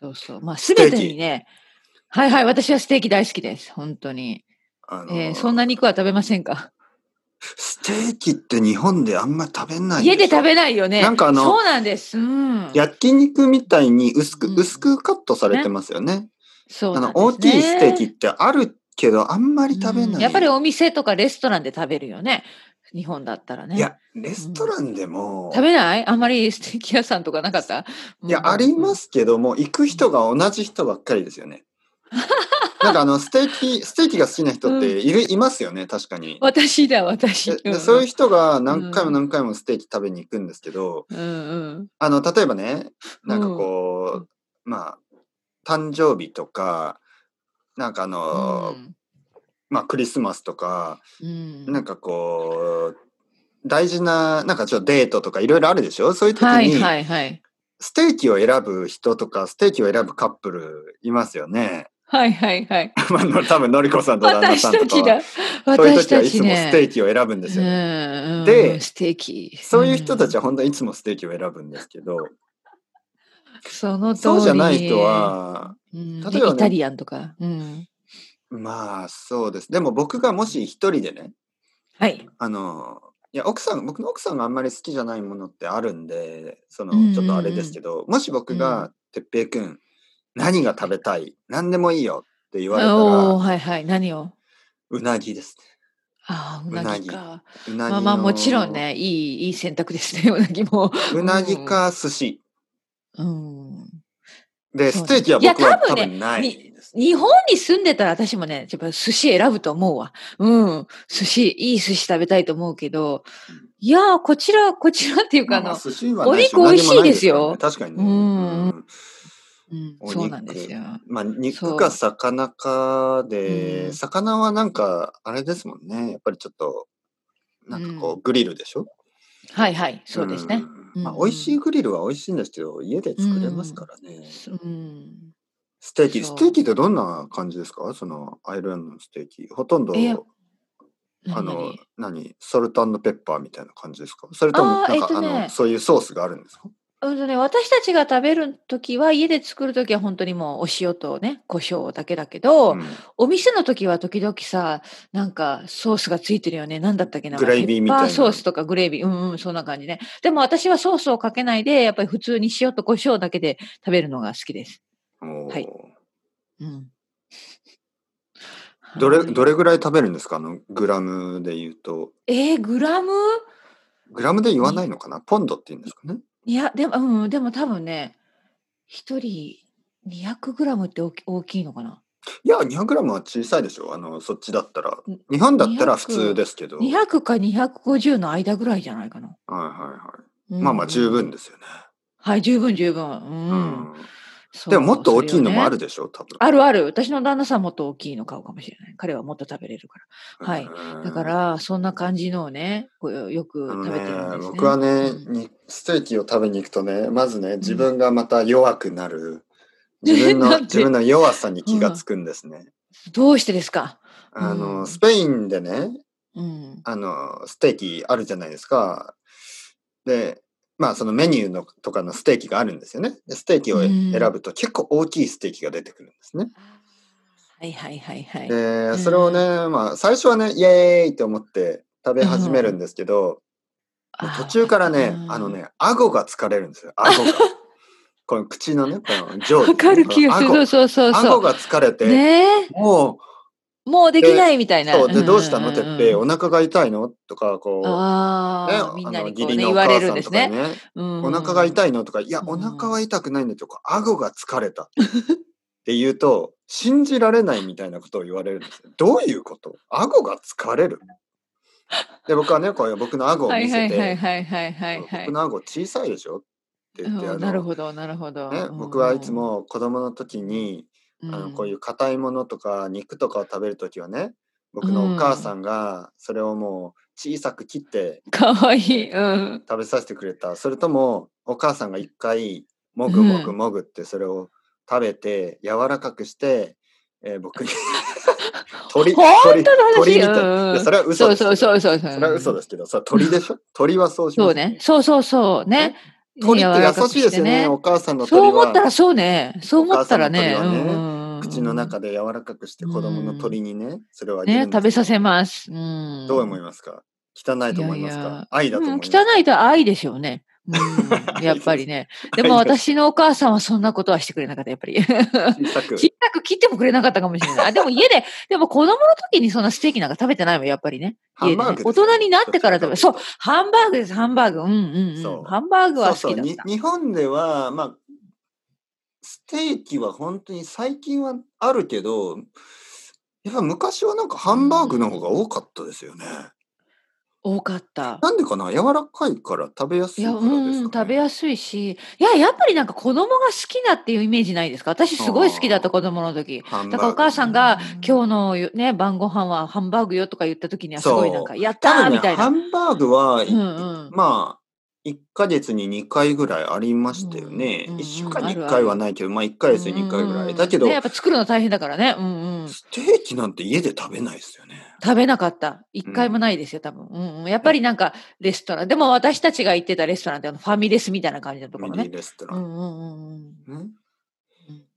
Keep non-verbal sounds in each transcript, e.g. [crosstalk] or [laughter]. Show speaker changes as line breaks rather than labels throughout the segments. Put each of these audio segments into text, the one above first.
そうそう。まあ、すべてにね、はいはい、私はステーキ大好きです。本当に。
あの
えーそんな肉は食べませんか
ステーキって日本であんま食べない
家で食べ
い。
ないよね。
なんかあの
そうなんです。うん。
焼肉みたいに薄く、
うん
薄くカットされてますよね。
そう
あ
な
の、
んです、ね。
大きいステーキってあるけど、あんまり食べない。
うんやっぱりお店とかレストランで食べるよね。日本だったらね。
いや、レストランでも、
食べないあんまりステーキ屋さんとかなかった。
いや、ありますすけども、行く人が同じ人ばっかりです
[laughs]
よね。なんかあの、ステーキ、ステーキが好きな人っている、いますよね、確かに。
私だ、私
で。でそういう人が何回
う
も
ん
何回もステーキ食べに行くんですけど、
うんうん。
あの、例えばね、なんか
う
こう、まあ、誕生日とか、なんかあの、まあ、クリスマスとか、
うん。
なんかこう、大事な、なんかちょっとデートとかいろいろあるでしょそういう時
はい
に、
はいはい。
ステーキを選ぶ人とか、ステーキを選ぶカップルいますよね。 [laughs]
はいはいはい。
まああの、多分のりこさんと旦那さ
私
ん
た
とか
ちだ
は。。そういう
私
時は
た
いつ
ち
も
ね。
ステーキを選ぶんですよね。
うんうん
で
ステーキ。
そういう人たち
は、
は本当にいつもステーキを選ぶんですけど、
その通り
そうじゃない人、
う
は、
ん
例えばね
イタリアンとか。うん。
まあそうです。でも僕がもし一人でね、
はい。
あの、いや、奥さん、僕の奥さんがあんまり好きじゃないものってあるんで、そ
うんうんう
の、
ん
ちょっとあれですけど、もし僕
う
が、てっぺいくん、何が食べたい何でもいいよって言われた
おお
ら、
はいはい。何を
うなぎです
ああ、うなぎか。
ね。うな
ま
ぎの
あまあ、もちろんね、いい、いい選択ですね、うな [laughs] ぎも。
うなぎか寿司。
うん。
で、
そう
ス
ね
テーキは僕
い
は
や
多
多分ね
分ないです。
日本に住んでたら私もね、やっぱ寿司選ぶと思うわ。うん。寿司、いい寿司食べたいと思うけど、いやー、こちら、こちらっていうか、あ
まあま
の
あ、寿司はないし
お肉美味しいです
う
よ
なぎもないですからね確かにね。
うん
うん
うん、
お
そうなんですよ。
まあ、
そ
肉
う
か魚かで、
うん
魚はなんか、あれですもんね。やっぱりちょっと、なんかこう、
う
グリルでしょ
はいはい、そうですね。
うんまあ
うん、うん
美味しいグリルは美味しいんですけど、家で作れますからね。
うん。
ステーキ、
そう
ステーキってどんな感じですかその、アイルランドのステーキ。ほとんど、
え
あ
何々
の、何ソルトペッパーみたいな感じですかそれとも、
あー
なんか、
えっとね
あの、そういうソースがあるんですか
うんとね、私たちが食べるときは、家で作るときは本当にもうお塩とね、胡椒だけだけど、
うん
お店のときは時々さ、なんかソースがついてるよね。なんだったっけな。
グレイビーみたい
ペ
な
ッパーソースとかグレイビー。うんうん、そんな感じね。でも私はソースをかけないで、やっぱり普通に塩と胡椒だけで食べるのが好きです。
おー
はいうん。
どれ、
はい
どれぐらい食べるんですかあの、グラムで言うと。
えー、グラム
グラムで言わないのかなポンドって言うんですかね
いや、でも、うん、でも多分ね、一人200グラムって大き大きいのかな。
いや、200グラムは小さいでしょあの、そっちだったら。日本だったら普通ですけど。はいはい
200か250の間ぐらいじゃないかな。
は
うん
い。まあまあ十分ですよね。
はい、十分十分。うん。
うん。
そう
でももっと大きいのもあ。
それを
る
ね
でしょ多分。
あるある。私の旦那さんもっと大きいの買うかもしれない。彼はもっと食べれるから。はい
うん
だか、ら、そんな感じのをね、こうよく
あの
食べてるん
ね、
ですね。
僕はね、
うん
にステーキを食べに行くとね、まずね、自分がまた弱くな
[laughs]
る。自分
な
の、
んで
自分の弱さに気がつくんですね。
どうしてですか
あ
う
の、
ん
スペインでね、
うん。
あの、ステーキあるじゃないですか。で、まあそのメニューのとかのステーキがあるんですよね。でステーキを
うん
選ぶと結構大きいステーキが出てくるんですね。
はいはいはいはい。
で、
ん
それをね、まあ最初はね、イエーイって思って食べ始めるんですけど、
あー
途中からね
う、ん
あのね、顎が疲れるんですよ。顎
[laughs]
が。この口のね、この上下。
わかる気がする。
この
そうそうそう
顎顎
そ
が疲れ
う。
て、
ねえ。
も、
もうできないみたいうな。
そう、で、どうしたのてっぺい、お
あ
腹が痛いのとか、こう、ね
あー、みんなにこうね、言われるんですね。。
お
お
お腹が痛いのとか、いや、
うん
お腹は痛くないんだけど、こう顎が疲れたって言うと、信じられないみたいなことを言われるんですよ。どういうこと顎が疲れるで、僕はね、こう僕の顎を
はい
見
は
せ
いはい
て、
はいはいはいはい
僕。の顎小さいでしょって言って、
う
あ
んなる
の、
ほどなるほど。
ね
う、ん
僕はいつ、も子供の時に、あのこういうう硬いものとか肉とかを食べる時はね、僕のお母さんがそれをもう小さく切って、
んかわいい。うん。
食べさせてくれたそれともお母さんが一回もぐもぐもぐってそれを食べて柔らかくして、えー僕に [laughs]
[laughs]
鳥
本
鳥
当の話
鳥みたい
うん
いやそれは嘘
そ
で
う
すけ
そ
ど
うそうそうそう。
それは嘘ですけどさ鳥でしょ鳥はそうします
そうね。そうそうそうね。
鳥って優しいですよね。お母さんの鳥は。
そう思ったらそうね。そう思ったらね。
お母さんの鳥はね
うん
口の中で柔らかくして子供の鳥にね、それはあげる
ね
んです
食べさせます。うん。
どう思いますか汚いと思いますか
いやいや
愛だ
う
と思い
ん、
ます。
汚いと愛でしょうね。
[laughs]
うん、やっぱりね。でも私のお母さんはそんなことはしてくれなかった、やっぱり。
小さく
小さく切ってもくれなかったかもしれない。あでも家で、 [laughs] でも子供の時にそんなステーキなんか食べてないもん、やっぱりね。
ハンバーグです
大人になってから食べそう、ハンバーグです、ハンバーグ。うんうん、うん、
そう
ハンバーグは
そ
好
う
き
そ
だっ
う
た。
に日本ではまあステーキは本当に最近はあるけどやっぱ昔はなんかハンバーグの方が多かったですよね。
多かった。
なんでかな柔らかいから食べやす
い
い
や、
から
う
ですか、ね、
ん、食べやすいし。いや、やっぱりなんか子供が好きだっていうイメージないですか私すごい好きだった、子供の時。
ハンバーグ
だからお母さんが今日のよね、晩ご飯はハンバーグよとか言った時にはすごいなんか、やった
多分
ー
ね
みたいな。
ハンバーグは、
うんうん
まあ1ヶ月に2回ぐらいありましたよね。
うんうんうん
1週間に
あるある
1回はないけど、まあ1ヶ月に2回ぐらい。だけど、
ね、やっぱ作るの大変だからね。うんうん。
ステーキなんて家で食べないですよね。
食べなかった。一回もないですよ、多分。うんうん。やっぱりなんか、レストラン。でも私たちが行ってたレストランって、あの、ファミレスみたいな感じのとこ
ミ
ろ
ニ
ね。
レストラ
う
ン。
んうんうんうん。
ね
うん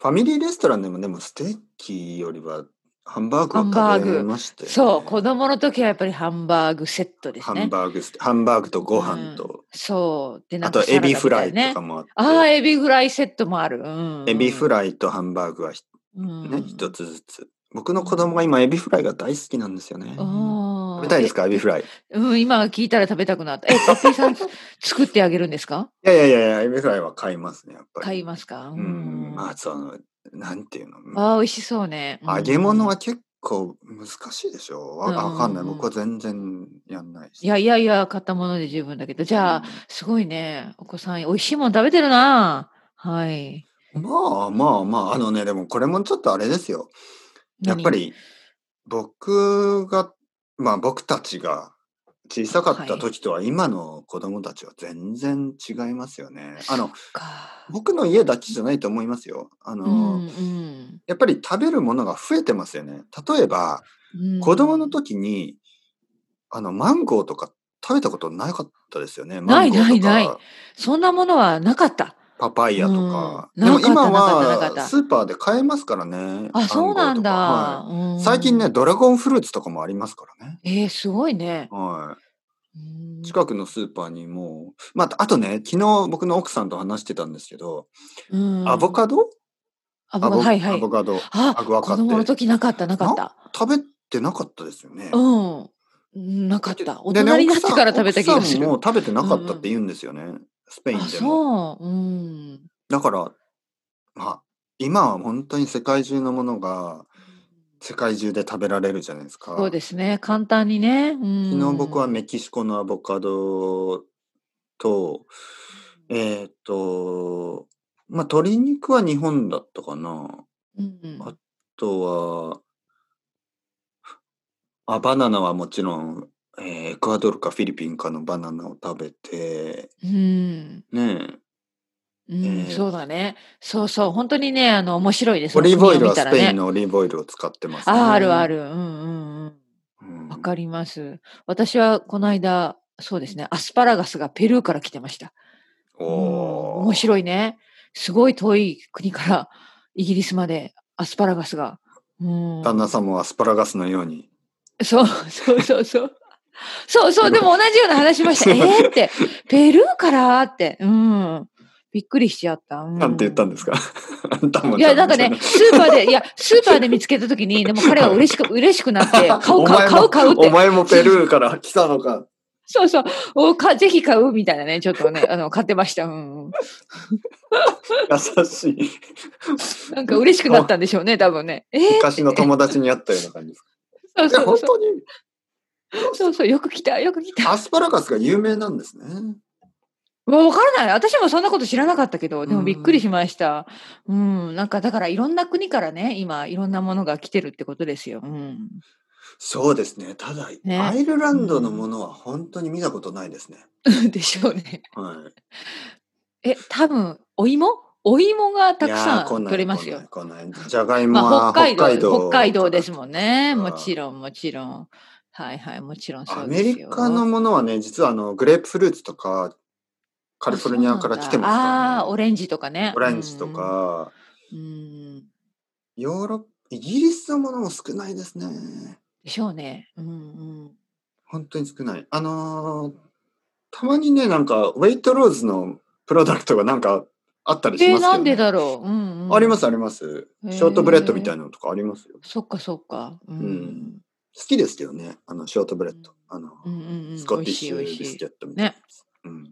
ファミリーレストランでもでもステーキよりはハンバーグ
ハ
は
ンバーグ
食べましたよね、
そう、子供の時はやっぱりハンバーグセットです
ハン
ね。
バーグステハンバーグとご飯
うん
と、
そう。で、な
あ
んか
とエビフライとか
も。
もあって、
ああ、エビフライセットもある。うん、
エビフ
イ。
ライとハンバーグはひ
うん、
ね一、つずつ僕の子供が今エビフライが大好きなんですよね食
食
べたいですかエビフ
ライ。
ライい
うん、今聞いたら食べたくなった。え、パピーさん
[laughs]
作ってあげるんですか
やいやいやいやエビフライは買いますねやっぱり
買いますか
うん、まあそのなんていうの
ああ、美味しそうね。うん
揚げ物は結構難しいでしょわ
うん
わかんない僕は全然やんないし
いやいやいや、買ったもので十分だけど。じゃ
う
あ
ん、
すごいね。お子さん、美味しいもの食べてるな。はい。
まあまあまあ、あのね、でもこれもちょっとあれですよ。やっ
何
ぱ。り僕が、まあ僕たちが小さかった時とは今の子供たちは全然違います
[sighs]
よね。あの、
か。
僕の家だけじゃないと思いますよ。あ
う
の、
ん
やっぱり食べるものが増えてますよね。例えば、
うん。
子供の時に、あの、マンゴーとか食べたことなかったですよね。
ない
マンゴーとか
ないないそんなものはなかった。
パパイヤとか。
うん
で
なか
も
ったな
今
かったなかっ
は
た
スーパーで買えますからね。
あ、そうなんだ。
暗号とかは
うん
い最近ね、。ドラゴンフルーツとかもありますからね。
えー、すごいね。
は
うん
い。近くのスーパーにもう、まあ、あとね、昨日僕の奥さんと話してたんですけど、
うん
アボカド
ア
ア
ボカド。はいは
ア
い
ボ。カド。
あ、
アボ
子
カドって
供の時なかった、なかった。
食べてなかったですよね。
うん。なかっ
で
た。大
でね
人になってから食べた気が
奥
す
さん
る。
も食べてなかったって言うんですよね。スペイ
あ、
ンで
そ
も。
う。うん。
だから、まあ、今は本当に世界中のものが、世界中で食べられるじゃないですか。
そうですね。簡単にね。うん、
昨日僕はメキシコのアボカドと、えっ、と、まあ、鶏肉は日本だったかな。あ
うん
あとは、あ、バナナはもちろん、えーエクアドルかフィリピンかのバナナを食べて、
うん、
ね
うん
えー
そうだね。そうそう。本当にね、あの、面白いです。
オリーブオイルは
そ
ス
の
ペ
国を見たら
イン
ね。
のオリーブオイルを使ってます、
ああ、あるあ。る。うんうんうん。
うん
わかります。私はこの間、そうですね、アスパラガスがペルーから来てました。
お
うん
お。
面
い。
白いね。すごい遠い国からイギリスまでアスパラガスが。うん、
旦那さんもアスパラガスのように。
そう、そうそうそう。そうそう、でも同じような話しました。えーって、ペルーからって、うん。びっくりしちゃった。う
なんて言ったんですか [laughs] あんたも
いや、なんかね、スーパーで、いや、スーパーで見つけたとき
[laughs]
に、でも彼は嬉しく、嬉しくなって、買う、
お
買
前
う、
も
買う、買うっ
お
て、
前もペルーから [laughs] 来たのか。
そうそう、おかぜひ買うみたいなね、ちょっとね、あの、買ってました。うん。
優しい。
なんか嬉しくなったんでしょうね、多分ね。えー
昔の友達に会ったような感じです。
そう
いや、
そう
本
そう。
当に
そうそう、よく来た、よく来た。
アスパラガスが有名なんですね。
わわからない。私もそんなこと知らなかったけど、でもびっくりしました。うん、なんかだからいろんな国からね、今いろんなものが来てるってことですよ。うん。 [laughs]
そうですね。ただ、
ね
アイルランドのものは本当に見たことないですね。
でしょうね。
はい。
え、多分、お芋お芋がたく
いや
さ
ーこ
ん
ない
取れますよ。
こないこないじゃがいも
まあ、
は
北海道、北海道
北
ですもんね。もち
ん。
ろん、もちろん。はいはい、もちろんそ
ア
う
メ
です
リ
よ。
カのものはね、実はあのグレープフルーツとかカリフォルニアから来てます
あ
から、
あー、オレンジとかね。
オレンジとか、
うん。うん。
ヨーロッイギリスのものも少ないですね。
でしょうね。うんうん。
本当に少ない。あのーたまにね、なんか、ウェイトローズのプロダクトがなんかあったりし
で、
ますよ、ね。
なんでだろう。うん、うん。
ありますあります。
へー
ショートブレッドみたいなのとかありますよ。
そっかそっか。うん。
うん好きですけどね、あの、ショートブレッド。あの、
うんうんうん。
スコティッ
美味しい
シ
美
ュ
味
ビ
し
ス
い
ケットみたいなやつ。うん